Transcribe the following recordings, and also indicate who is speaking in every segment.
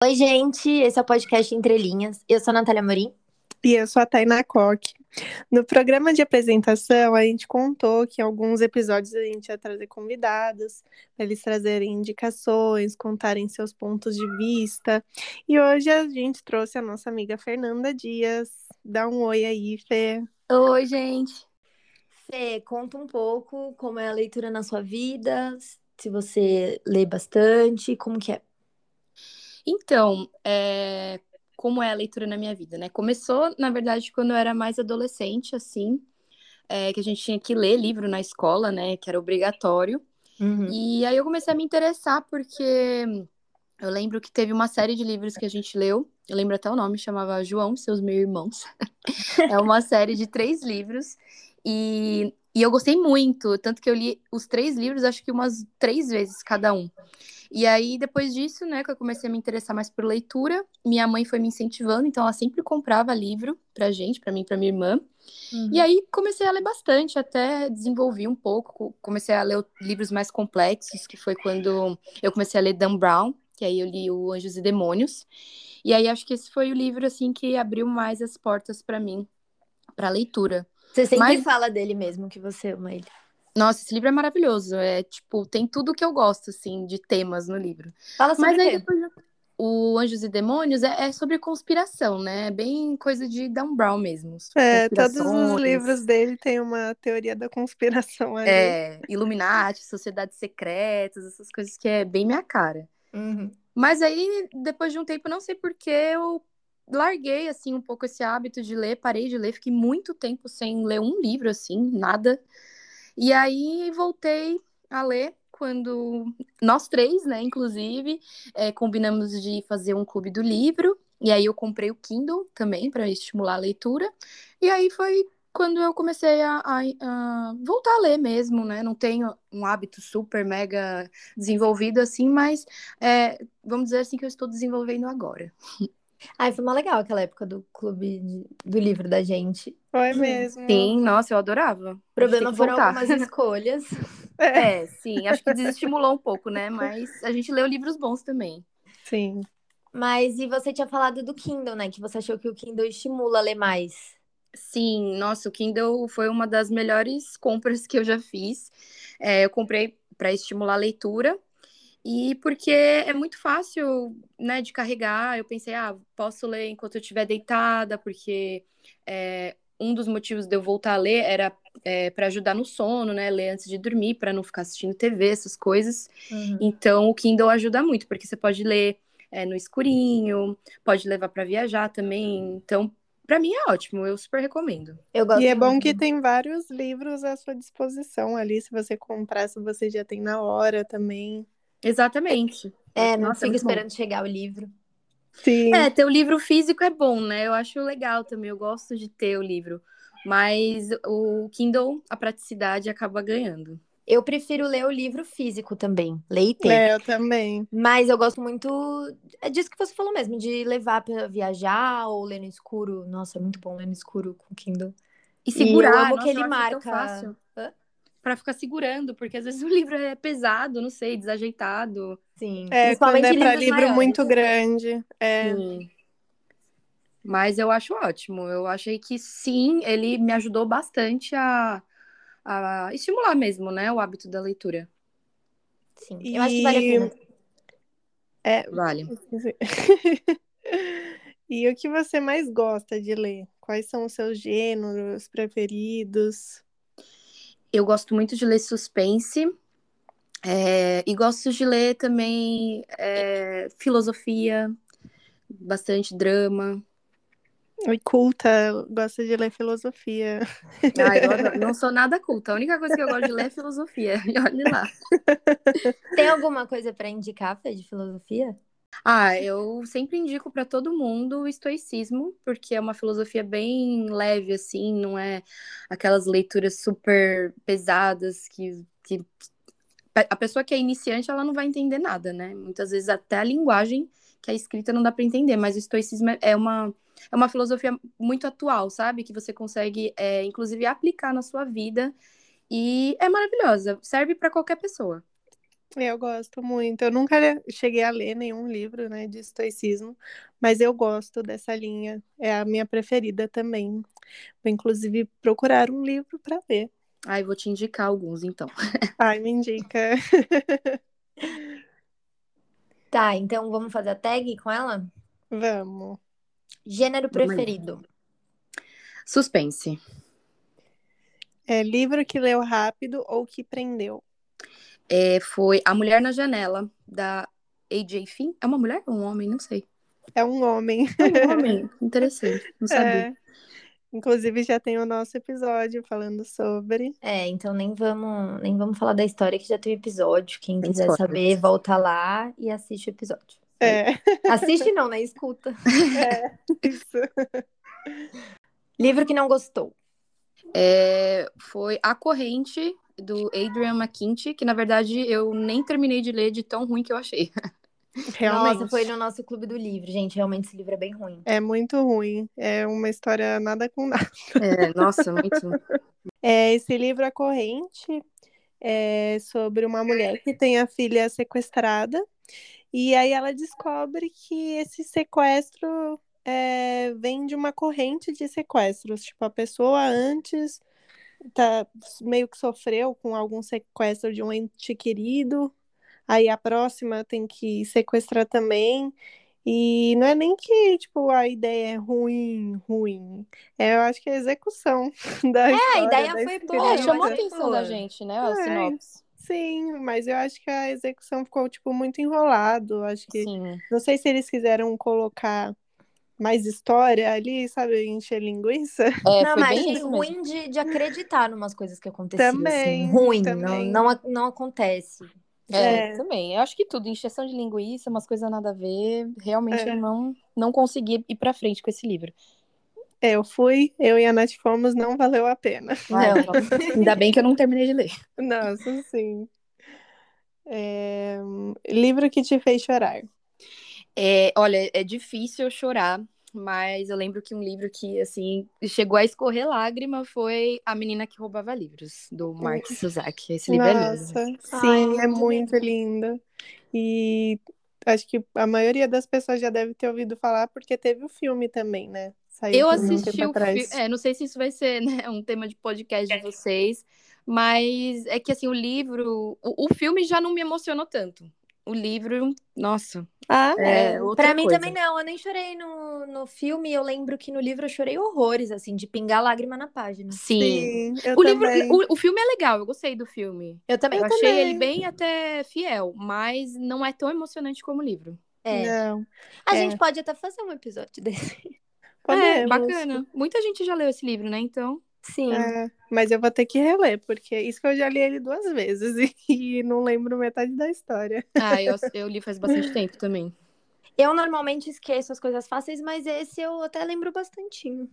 Speaker 1: Oi, gente, esse é o podcast Entre Linhas. Eu sou a Natália Morim.
Speaker 2: E eu sou a Tainá Coque. No programa de apresentação, a gente contou que em alguns episódios a gente ia trazer convidados, para eles trazerem indicações, contarem seus pontos de vista. E hoje a gente trouxe a nossa amiga Fernanda Dias. Dá um oi aí, Fê.
Speaker 1: Oi, gente. Fê, conta um pouco como é a leitura na sua vida, se você lê bastante, como que é?
Speaker 3: Então, é, como é a leitura na minha vida, né? Começou, na verdade, quando eu era mais adolescente, assim, é, que a gente tinha que ler livro na escola, né? Que era obrigatório.
Speaker 1: Uhum.
Speaker 3: E aí eu comecei a me interessar, porque eu lembro que teve uma série de livros que a gente leu, eu lembro até o nome, chamava João e Seus Mil Irmãos. é uma série de três livros. E, e eu gostei muito, tanto que eu li os três livros, acho que umas três vezes cada um. E aí, depois disso, né, que eu comecei a me interessar mais por leitura, minha mãe foi me incentivando, então ela sempre comprava livro pra gente, pra mim, pra minha irmã. E aí comecei a ler bastante, até desenvolvi um pouco, comecei a ler o- livros mais complexos, que foi quando eu comecei a ler Dan Brown, que aí eu li o Anjos e Demônios. E aí acho que esse foi o livro assim que abriu mais as portas pra mim para leitura.
Speaker 1: Você sempre
Speaker 3: Mas-
Speaker 1: fala dele mesmo, que você ama ele.
Speaker 3: Nossa, esse livro é maravilhoso, é tipo, tem tudo que eu gosto assim de temas no livro.
Speaker 2: É
Speaker 1: Fala sobre
Speaker 3: Mas aí
Speaker 1: ele.
Speaker 3: depois o Anjos e Demônios é, é sobre conspiração, né? É bem coisa de Dan Brown mesmo.
Speaker 2: É, todos os
Speaker 3: conspirações.
Speaker 2: livros dele têm uma teoria da conspiração ali.
Speaker 3: É, Illuminati, Sociedades Secretas, essas coisas que é bem minha cara.
Speaker 1: Uhum.
Speaker 3: Mas aí, depois de um tempo, não sei porquê, eu larguei, assim, um pouco esse hábito de ler, parei de ler, fiquei muito tempo sem ler um livro, assim, nada. E aí, voltei a ler quando nós três, né, inclusive, eh, combinamos de fazer um clube do livro. E aí, eu comprei o Kindle também para estimular a leitura. E aí, foi quando eu comecei a, a- a voltar a ler mesmo, né? Não tenho um hábito super mega desenvolvido assim, mas é, vamos dizer assim que eu estou desenvolvendo agora.
Speaker 1: Ai, foi mó legal aquela época do clube de- do livro da gente.
Speaker 2: Foi mesmo.
Speaker 3: Sim, nossa, eu adorava. A gente
Speaker 1: O problema
Speaker 3: tem que
Speaker 1: foram
Speaker 3: voltar.
Speaker 1: algumas escolhas.
Speaker 2: É,
Speaker 3: É, sim, acho que desestimulou um pouco, né? Mas a gente leu livros bons também.
Speaker 2: sim.
Speaker 1: Mas e você tinha falado do Kindle, né? Que você achou que o Kindle estimula a ler mais.
Speaker 3: Sim, nossa, o Kindle foi uma das melhores compras que eu já fiz. É, eu comprei para estimular a leitura. E porque é muito fácil, né, de carregar, eu pensei, ah, posso ler enquanto eu estiver deitada, porque é, um dos motivos de eu voltar a ler era para ajudar no sono, né, ler antes de dormir, para não ficar assistindo TV, essas coisas. Então, o Kindle ajuda muito, porque você pode ler é, no escurinho, pode levar para viajar também. Então, para mim é ótimo, eu super recomendo.
Speaker 1: Eu gosto
Speaker 2: E é bom
Speaker 1: muito.
Speaker 2: que tem vários livros à sua disposição ali. Se você comprar, se você já tem na hora também.
Speaker 3: Exatamente.
Speaker 1: É, não
Speaker 3: Nossa,
Speaker 1: fica
Speaker 3: muito bom.
Speaker 1: esperando chegar o livro.
Speaker 2: Sim.
Speaker 3: É, ter o livro físico é bom, né? Eu acho legal também, eu gosto de ter o livro. Mas o Kindle, a praticidade acaba ganhando.
Speaker 1: Eu prefiro ler o livro físico também, ler e ter.
Speaker 2: É, eu também.
Speaker 1: Mas eu gosto muito. É disso que você falou mesmo, de levar pra viajar ou ler no escuro. Nossa, é muito bom ler no escuro com o Kindle.
Speaker 3: E
Speaker 1: E eu
Speaker 3: segurar,
Speaker 1: amo
Speaker 3: nossa,
Speaker 1: que ele
Speaker 3: eu acho tão
Speaker 1: marca.
Speaker 3: fácil
Speaker 1: Hã?
Speaker 3: para ficar segurando, porque às vezes o livro é pesado, não sei, desajeitado.
Speaker 1: Sim.
Speaker 2: É, quando é pra
Speaker 1: livros
Speaker 2: livro
Speaker 1: maiores. né?
Speaker 2: muito grande. É,
Speaker 3: Sim. Mas eu acho ótimo. Eu achei que sim, ele me ajudou bastante a, a estimular mesmo, né, o hábito da leitura.
Speaker 1: Sim.
Speaker 2: E-
Speaker 1: Eu acho que vale a pena.
Speaker 2: é.
Speaker 3: Vale.
Speaker 2: E o que você mais gosta de ler? Quais são os seus gêneros preferidos?
Speaker 3: Eu gosto muito de ler suspense. É, e gosto de ler também é, filosofia, bastante drama.
Speaker 2: E culta, gosta de ler filosofia.
Speaker 3: Ah, eu adoro. Não sou nada culta. A única coisa que eu gosto de ler é filosofia. E olha lá.
Speaker 1: Tem alguma coisa pra indicar, Fê, de filosofia?
Speaker 3: Ah, eu sempre indico para todo mundo o estoicismo, porque é uma filosofia bem leve, assim, não é aquelas leituras super pesadas que, que a pessoa que é iniciante, ela não vai entender nada, né? Muitas vezes até a linguagem que é escrita não dá para entender, mas o estoicismo é uma, é uma filosofia muito atual, sabe? Que você consegue, é, inclusive, aplicar na sua vida e é maravilhosa, serve para qualquer pessoa.
Speaker 2: Eu gosto muito. Eu nunca cheguei a ler nenhum livro, né, de estoicismo, mas eu gosto dessa linha. É a minha preferida também. Vou inclusive procurar um livro para ler.
Speaker 3: Ai, vou te indicar alguns então.
Speaker 2: Ai, me indica.
Speaker 1: Tá, então vamos fazer a tag com ela?
Speaker 2: Vamos.
Speaker 1: Gênero preferido.
Speaker 3: Suspense.
Speaker 2: É livro que leu rápido ou que prendeu.
Speaker 3: É, foi A Mulher na Janela, da AJ Finn. É uma mulher ou um homem? Não sei.
Speaker 2: É um homem.
Speaker 3: É um homem. Interessante. Não sabia.
Speaker 2: É. Inclusive já tem o nosso episódio falando sobre.
Speaker 1: É, então nem vamos, nem vamos falar da história que já tem um episódio. Quem
Speaker 3: Tem
Speaker 1: quiser
Speaker 3: spoiler.
Speaker 1: saber, volta lá e assiste o episódio.
Speaker 2: É,
Speaker 1: Assiste não, né? Escuta.
Speaker 2: é isso.
Speaker 1: Livro que não gostou.
Speaker 3: É, foi A Corrente, do Adrian McKinty, que na verdade eu nem terminei de ler de tão ruim que eu achei.
Speaker 2: Realmente.
Speaker 1: Nossa, foi no nosso clube do livro, gente. Realmente esse livro é bem ruim.
Speaker 2: É muito ruim. É uma história nada com nada.
Speaker 3: É, nossa, muito.
Speaker 2: É, esse livro A Corrente é sobre uma mulher que tem a filha sequestrada. E aí ela descobre que esse sequestro é, vem de uma corrente de sequestros. Tipo, a pessoa antes tá, meio que sofreu com algum sequestro de um ente querido. Aí a próxima tem que sequestrar também. E não é nem que, tipo, a ideia é ruim, ruim. É, eu acho que é a execução da história,
Speaker 1: É, ideia
Speaker 2: da
Speaker 1: foi
Speaker 2: escrita.
Speaker 1: boa,
Speaker 3: É, chamou a
Speaker 1: mas
Speaker 3: atenção
Speaker 1: foi.
Speaker 3: da gente, né? A
Speaker 2: É.
Speaker 3: sinopse.
Speaker 2: Sim, mas eu acho que a execução ficou, tipo, muito enrolado. Acho que
Speaker 3: Sim.
Speaker 2: não sei se eles quiseram colocar mais história ali, sabe, encher linguiça.
Speaker 3: É,
Speaker 1: não,
Speaker 3: foi
Speaker 1: mas assim,
Speaker 3: bem
Speaker 1: achei
Speaker 3: isso
Speaker 1: ruim de, de acreditar em umas coisas que aconteciam.
Speaker 2: Também,
Speaker 1: assim. Ruim,
Speaker 2: também.
Speaker 1: Não, não, ac- não acontece.
Speaker 3: mesmo. É,
Speaker 2: É.
Speaker 3: também. Eu acho que tudo, encheção de linguiça, umas coisas nada a ver. Realmente
Speaker 2: É.
Speaker 3: eu não, não consegui ir pra frente com esse livro.
Speaker 2: É, Eu fui, eu e a Nath fomos, não valeu a pena.
Speaker 1: Não.
Speaker 3: Ainda bem que eu não terminei de ler.
Speaker 2: Nossa, sim. É, Livro que te fez chorar.
Speaker 3: É, olha, é difícil eu chorar, mas eu lembro que um livro que, assim, chegou a escorrer lágrima foi A Menina que Roubava Livros, do Mark Suzak. Esse livro é lindo.
Speaker 2: Nossa,
Speaker 1: Ai, é
Speaker 2: sim, é
Speaker 1: muito
Speaker 2: muito lindo. E acho que a maioria das pessoas já deve ter ouvido falar, porque teve o filme também, né? Saiu
Speaker 3: Eu
Speaker 2: um tempo
Speaker 3: assisti o é,
Speaker 2: atrás.
Speaker 3: filme. não sei se isso vai ser, né, um tema de podcast de vocês, mas é que assim, o livro. O, o filme já não me emocionou tanto. O livro, nossa,
Speaker 2: Ah,
Speaker 3: é,
Speaker 2: é.
Speaker 3: outra
Speaker 1: Pra mim
Speaker 3: coisa.
Speaker 1: também não, eu nem chorei no, no filme, eu lembro que no livro eu chorei horrores, assim, de pingar lágrima na página.
Speaker 2: Sim,
Speaker 3: Sim.
Speaker 2: eu
Speaker 3: O livro,
Speaker 2: também.
Speaker 3: o, o filme é legal, eu gostei do filme.
Speaker 1: Eu também.
Speaker 3: Eu,
Speaker 2: Eu
Speaker 3: achei
Speaker 2: também.
Speaker 3: ele bem até fiel, mas não é tão emocionante como o livro.
Speaker 1: É.
Speaker 2: Não.
Speaker 1: A
Speaker 2: É.
Speaker 1: gente pode até fazer um episódio desse.
Speaker 3: É,
Speaker 2: Podemos.
Speaker 3: bacana. Muita gente já leu esse livro, né? Então.
Speaker 1: Sim.
Speaker 2: É, mas eu vou ter que reler, porque isso que eu já li ele duas vezes e, não lembro metade da história.
Speaker 3: Ah, eu, eu li faz bastante tempo também.
Speaker 1: Eu normalmente esqueço as coisas fáceis, mas esse eu até lembro bastantinho.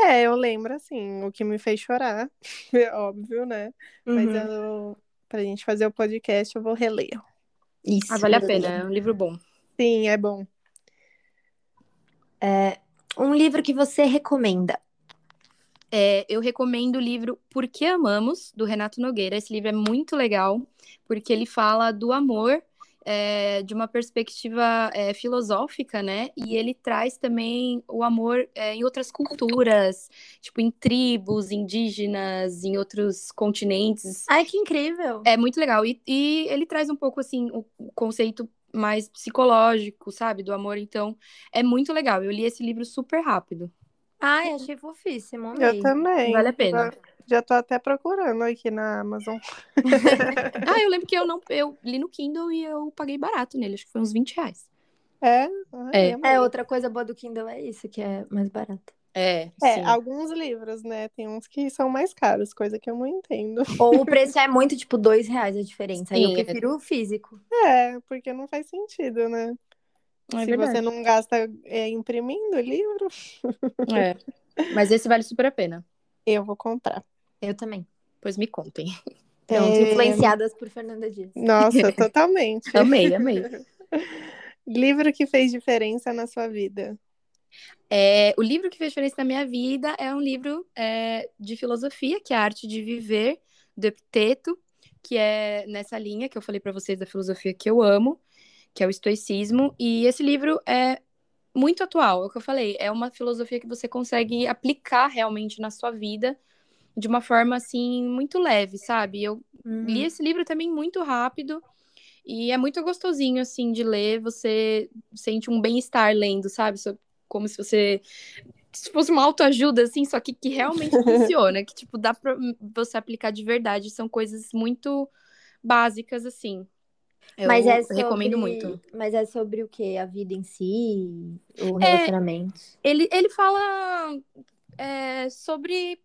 Speaker 2: É, eu lembro, assim, o que me fez chorar, é óbvio, né? Mas
Speaker 1: Uhum.
Speaker 2: eu, pra gente fazer o podcast, eu vou reler.
Speaker 1: Isso.
Speaker 3: Ah, vale a pena, é um livro bom.
Speaker 2: Sim, é bom.
Speaker 1: Um livro que você recomenda.
Speaker 3: É, eu recomendo o livro Por que Amamos, do Renato Nogueira. Esse livro é muito legal, porque ele fala do amor é, de uma perspectiva é, filosófica, né? E ele traz também o amor é, em outras culturas, tipo em tribos indígenas, em outros continentes.
Speaker 1: Ai, que incrível.
Speaker 3: É muito legal. E, e ele traz um pouco assim o, o conceito mais psicológico, sabe, do amor. Então, é muito legal. Eu li esse livro super rápido.
Speaker 1: Ai, achei fofíssimo, amei. É,
Speaker 2: Eu também.
Speaker 3: Vale a pena.
Speaker 2: Já, já tô até procurando aqui na Amazon.
Speaker 3: Ah, eu lembro que eu não eu li no Kindle e eu paguei barato nele, acho que foi uns 20 reais.
Speaker 2: É,
Speaker 3: É.
Speaker 2: amei.
Speaker 1: É, outra coisa boa do Kindle é isso, que é mais barato.
Speaker 3: É,
Speaker 2: É,
Speaker 3: sim.
Speaker 2: alguns livros, né? Tem uns que são mais caros, coisa que eu não entendo.
Speaker 1: Ou o preço é muito, tipo, dois reais a diferença. Aí eu
Speaker 3: Sim, é.
Speaker 1: prefiro o físico.
Speaker 2: É, porque não faz sentido, né?
Speaker 3: É
Speaker 2: Se
Speaker 3: verdade.
Speaker 2: você não gasta é, imprimindo o livro,
Speaker 3: É. Mas esse vale super a pena.
Speaker 2: eu vou comprar.
Speaker 1: Eu também.
Speaker 3: Pois me contem. um
Speaker 1: Pronto,
Speaker 2: É,
Speaker 1: influenciadas por Fernanda Dias.
Speaker 3: Hum.
Speaker 2: Nossa, totalmente.
Speaker 3: Amei, amei.
Speaker 2: Livro que fez diferença na sua vida.
Speaker 3: É, o livro que fez diferença na minha vida é um livro é, de filosofia, que é a Arte de Viver, do Epiteto, que é nessa linha que eu falei para vocês da filosofia que eu amo, que é o estoicismo, e esse livro é muito atual, é o que eu falei, é uma filosofia que você consegue aplicar realmente na sua vida de uma forma assim muito leve, sabe? Eu
Speaker 1: Uhum.
Speaker 3: li esse livro também muito rápido e é muito gostosinho assim de ler, você sente um bem-estar lendo, sabe? So- Como se você se fosse uma autoajuda assim, só que que realmente funciona, que tipo dá pra você aplicar de verdade, são coisas muito básicas assim. Eu
Speaker 1: Mas é
Speaker 3: recomendo
Speaker 1: sobre-
Speaker 3: muito.
Speaker 1: Mas é sobre o quê? A vida em si? O
Speaker 3: É.
Speaker 1: relacionamento?
Speaker 3: Ele, ele fala é, sobre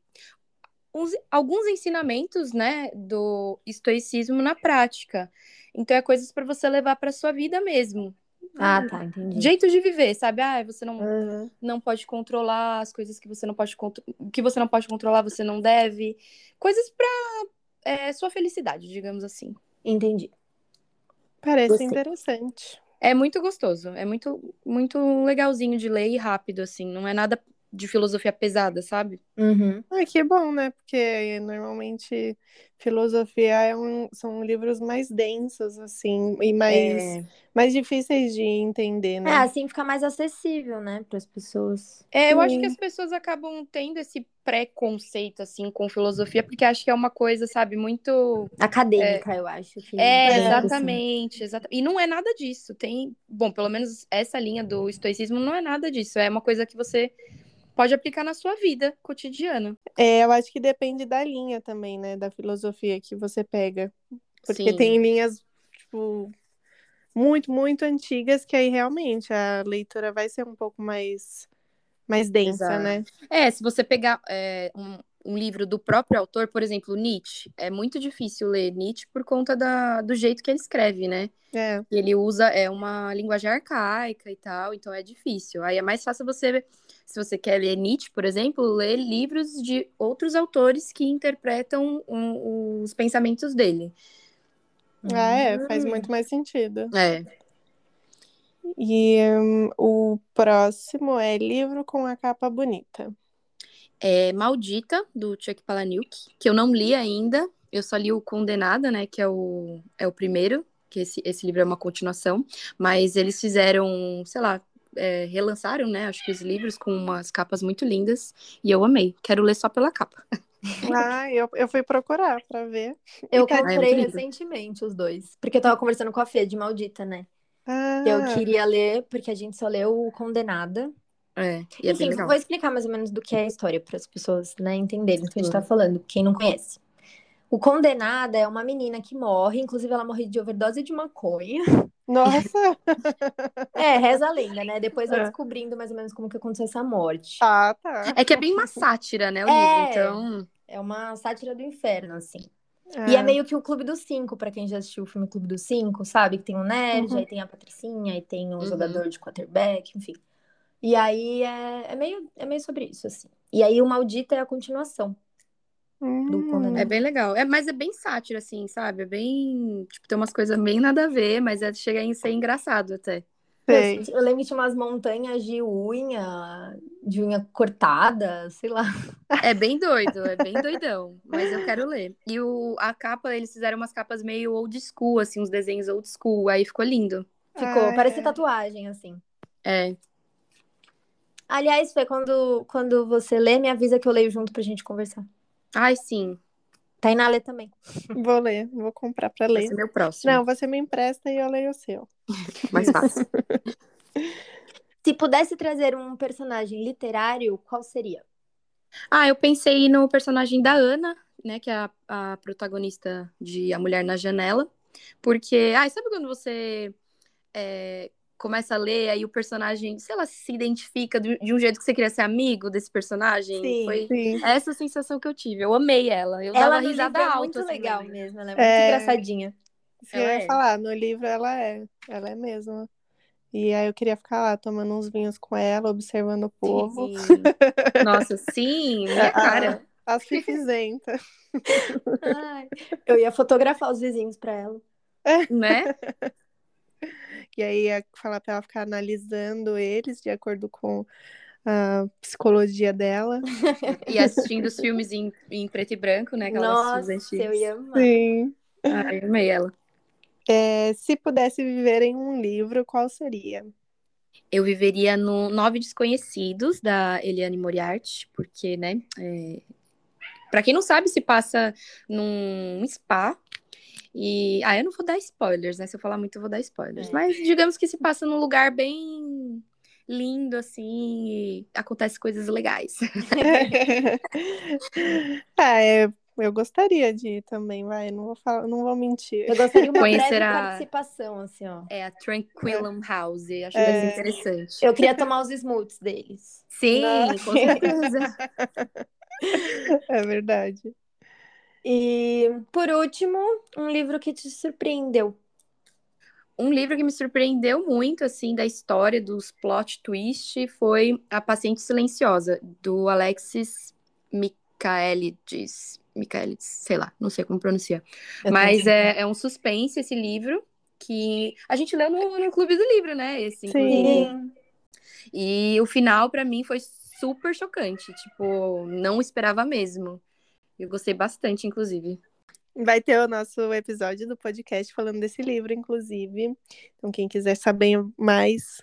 Speaker 3: uns- alguns ensinamentos, né, do estoicismo na prática. Então é coisas para você levar para sua vida mesmo.
Speaker 1: Ah, tá, entendi.
Speaker 3: Jeito de viver, sabe? Ah, você não,
Speaker 2: Uhum.
Speaker 3: não pode controlar as coisas que você não pode contro- que você não pode controlar, você não deve. Coisas para sua felicidade, digamos assim.
Speaker 1: Entendi.
Speaker 2: Parece
Speaker 1: Gostei.
Speaker 2: interessante.
Speaker 3: É muito gostoso, é muito muito legalzinho de ler e rápido assim, não é nada de filosofia pesada, sabe?
Speaker 1: Uhum.
Speaker 2: Ah, que bom, né? Porque normalmente filosofia é um- são livros mais densos, assim, e mais,
Speaker 3: É.
Speaker 2: mais difíceis de entender, né?
Speaker 1: É, assim fica mais acessível, né, para as pessoas.
Speaker 3: É, eu acho que
Speaker 2: Sim.
Speaker 3: as pessoas acabam tendo esse preconceito, assim, com filosofia, porque acho que é uma coisa, sabe, muito.
Speaker 1: Acadêmica, eu acho que.
Speaker 3: É,
Speaker 2: É,
Speaker 3: exatamente, exata- E não é nada disso. Tem. Bom, pelo menos essa linha do estoicismo não é nada disso. É uma coisa que você pode aplicar na sua vida cotidiana.
Speaker 2: É, eu acho que depende da linha também, né? Da filosofia que você pega. Porque
Speaker 3: Sim.
Speaker 2: tem linhas, tipo, muito, muito antigas que aí realmente a leitura vai ser um pouco mais, mais densa,
Speaker 3: Exato.
Speaker 2: né?
Speaker 3: É, se você pegar é, um, um livro do próprio autor, por exemplo, Nietzsche, é muito difícil ler Nietzsche por conta da, do jeito que ele escreve, né?
Speaker 2: É.
Speaker 3: E ele usa é uma linguagem arcaica e tal, então é difícil. Aí é mais fácil você, se você quer ler Nietzsche, por exemplo, ler livros de outros autores que interpretam um- os pensamentos dele.
Speaker 2: Ah, é, faz
Speaker 1: Hum.
Speaker 2: muito mais sentido.
Speaker 3: É.
Speaker 2: E hum, o próximo é livro com a capa bonita.
Speaker 3: É Maldita, do Chuck Palahniuk, que eu não li ainda. Eu só li o Condenada, né, que é o, é o primeiro, que esse, esse livro é uma continuação. Mas eles fizeram, sei lá, é, relançaram, né, acho que os livros com umas capas muito lindas. E eu amei. Quero ler só pela capa.
Speaker 2: Ah, eu, eu fui procurar pra ver.
Speaker 1: Eu
Speaker 2: E tá-
Speaker 3: Ah, é
Speaker 1: comprei
Speaker 3: muito lindo.
Speaker 1: recentemente os dois, porque eu tava conversando com a Fê de Maldita, né?
Speaker 2: Ah,
Speaker 1: Que eu queria ler, porque a gente só leu o Condenada.
Speaker 3: É, e é bem
Speaker 1: Enfim,
Speaker 3: legal.
Speaker 1: vou explicar mais ou menos do que é a história para as pessoas, né, entenderem do que a gente
Speaker 3: Sim.
Speaker 1: tá falando, quem não conhece. O Condenada é uma menina que morre, inclusive ela morre de overdose de maconha.
Speaker 2: nossa!
Speaker 1: É, reza a lenda, né? Depois vai
Speaker 2: É.
Speaker 1: descobrindo mais ou menos como que aconteceu essa morte.
Speaker 2: Ah, tá.
Speaker 3: É que é bem uma sátira, né, o
Speaker 1: É.
Speaker 3: livro. Então,
Speaker 1: É uma sátira do inferno, assim. E
Speaker 2: Ah,
Speaker 1: é meio que o Clube dos Cinco, pra quem já assistiu o filme Clube dos Cinco, sabe? Que tem o nerd,
Speaker 2: Uhum.
Speaker 1: aí tem a Patricinha, aí tem o
Speaker 3: Uhum.
Speaker 1: jogador de quarterback, enfim. E aí é, é meio, é meio sobre isso, assim. E aí o Maldita é a continuação. do
Speaker 2: Hum.
Speaker 1: Condenado.
Speaker 3: é bem legal. É, mas é bem sátira, assim, sabe? É bem. Tipo, tem umas coisas bem nada a ver, mas é, chega a ser engraçado até.
Speaker 2: Sei.
Speaker 1: Eu lembro que tinha umas montanhas de unha, de unha cortada, sei lá.
Speaker 3: É bem doido, é bem doidão, mas eu quero ler. E o, a capa, eles fizeram umas capas meio old school, assim, uns desenhos old school, aí ficou lindo.
Speaker 1: Ficou,
Speaker 2: Ah,
Speaker 1: parece
Speaker 2: é.
Speaker 1: tatuagem, assim.
Speaker 3: É.
Speaker 1: Aliás, Fê, quando, quando você lê, me avisa que eu leio junto pra gente conversar.
Speaker 3: Ai, sim,
Speaker 1: Tainá lê também.
Speaker 2: Vou ler, vou comprar pra
Speaker 3: vai
Speaker 2: ler.
Speaker 3: ser meu próximo.
Speaker 2: Não, você me empresta e eu leio o seu.
Speaker 3: Mais fácil.
Speaker 1: Se pudesse trazer um personagem literário, qual seria?
Speaker 3: Ah, eu pensei no personagem da Ana, né, que é a, a protagonista de A Mulher na Janela, porque, ai, sabe quando você é, começa a ler, aí o personagem, sei lá, se identifica de, de um jeito que você queria ser amigo desse personagem?
Speaker 1: Sim.
Speaker 3: Foi
Speaker 2: Sim.
Speaker 3: essa sensação que eu tive, eu amei ela, eu
Speaker 1: Ela
Speaker 3: dava
Speaker 1: no
Speaker 3: risada
Speaker 1: livro é
Speaker 3: alta,
Speaker 1: muito
Speaker 3: assim,
Speaker 1: legal
Speaker 3: lendo.
Speaker 1: mesmo, ela é muito
Speaker 2: É.
Speaker 1: engraçadinha.
Speaker 2: Isso que eu
Speaker 3: Ela
Speaker 2: ia
Speaker 3: é.
Speaker 2: falar, no livro ela é, ela é mesmo. E aí eu queria ficar lá tomando uns vinhos com ela, observando o povo.
Speaker 3: Sim. assim. Nossa, sim,
Speaker 1: Ah.
Speaker 3: minha cara.
Speaker 2: A, a suficienta.
Speaker 1: Ai, eu ia fotografar os vizinhos pra ela.
Speaker 3: Né?
Speaker 2: E aí ia falar pra ela ficar analisando eles de acordo com a psicologia dela.
Speaker 3: E assistindo os filmes em, em preto e branco, né? Aquelas filmes
Speaker 1: Nossa, eu
Speaker 3: antigos.
Speaker 1: ia amar.
Speaker 2: Sim.
Speaker 3: Ai, amei ela.
Speaker 2: É, se pudesse viver em um livro, qual seria?
Speaker 3: Eu viveria no Nove Desconhecidos, da Eliane Moriarty, porque, né? É... Pra quem não sabe, se passa num spa. E. Ah, eu não vou dar spoilers, né? Se eu falar muito, eu vou dar spoilers.
Speaker 1: É.
Speaker 3: Mas digamos que se passa num lugar bem lindo, assim, e acontece coisas legais.
Speaker 2: ah, é, eu gostaria de ir também, vai. Não vou, falar, não vou mentir.
Speaker 1: Eu gostaria de uma
Speaker 3: Conhecer
Speaker 1: breve
Speaker 3: a-
Speaker 1: participação, assim, ó.
Speaker 3: É a Tranquillum House, acho que
Speaker 2: É.
Speaker 3: deve ser interessante.
Speaker 1: Eu queria tomar os smoothies deles.
Speaker 3: Sim,
Speaker 2: Nossa.
Speaker 3: com certeza.
Speaker 2: É verdade.
Speaker 1: E, por último, um livro que te surpreendeu.
Speaker 3: Um livro que me surpreendeu muito, assim, da história dos plot twist foi A Paciente Silenciosa, do Alexis Michaelides. Michaelides, sei lá, não sei como pronuncia. Mas é, é um suspense esse livro que a gente leu no, no Clube do Livro, né?
Speaker 2: Sim.
Speaker 3: Esse, inclusive.
Speaker 1: Sim.
Speaker 3: E o final, pra mim, foi super chocante. Tipo, não esperava mesmo. Eu gostei bastante, inclusive.
Speaker 2: Vai ter o nosso episódio do podcast falando desse livro, inclusive. Então, quem quiser saber mais,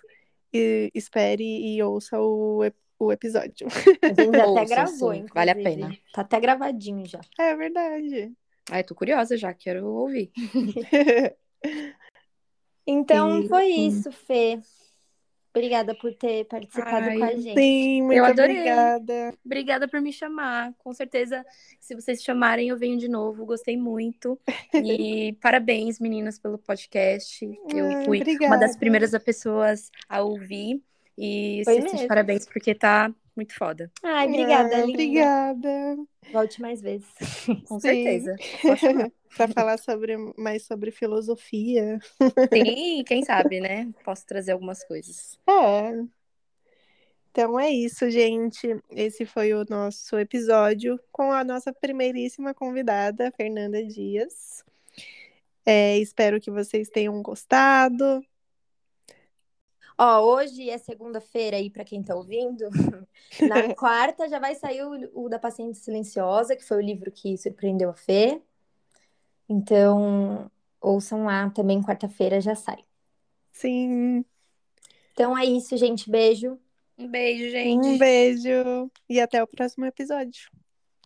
Speaker 2: e- espere e ouça o, ep- o episódio.
Speaker 1: A gente até
Speaker 3: Ouça,
Speaker 1: gravou,
Speaker 3: sim,
Speaker 1: inclusive.
Speaker 3: assim, vale a pena.
Speaker 1: Tá até gravadinho já.
Speaker 2: É verdade.
Speaker 3: Ai, tô curiosa já, quero ouvir.
Speaker 1: Então,
Speaker 2: Sim.
Speaker 1: foi isso, Fê. Obrigada por ter participado
Speaker 3: Ai,
Speaker 1: com a gente.
Speaker 2: Sim, muito
Speaker 3: adorei.
Speaker 2: obrigada.
Speaker 3: Obrigada por me chamar. Com certeza, se vocês chamarem, eu venho de novo. Gostei muito. E parabéns, meninas, pelo podcast. Eu
Speaker 2: Ai,
Speaker 3: fui
Speaker 2: obrigada.
Speaker 3: uma das primeiras pessoas a ouvir. E
Speaker 1: Foi
Speaker 3: vocês estão de
Speaker 1: mesmo.
Speaker 3: parabéns, porque tá muito foda.
Speaker 1: Ai, obrigada,
Speaker 2: Ah,
Speaker 1: linda.
Speaker 2: Obrigada.
Speaker 1: Volte mais vezes.
Speaker 3: Com
Speaker 2: Sim.
Speaker 3: certeza.
Speaker 2: Para falar sobre, mais sobre filosofia.
Speaker 3: Sim, quem sabe, né? Posso trazer algumas coisas.
Speaker 2: É. Então é isso, gente. Esse foi o nosso episódio com a nossa primeiríssima convidada, Fernanda Dias. É, espero que vocês tenham gostado.
Speaker 1: Ó, hoje é segunda-feira aí pra quem tá ouvindo. Na quarta já vai sair o, o da Paciente Silenciosa, que foi o livro que surpreendeu a Fê. Então, ouçam lá também, quarta-feira já sai.
Speaker 2: Sim,
Speaker 1: Então é isso, gente. Beijo.
Speaker 3: Um beijo, gente.
Speaker 2: um beijo e até o próximo episódio.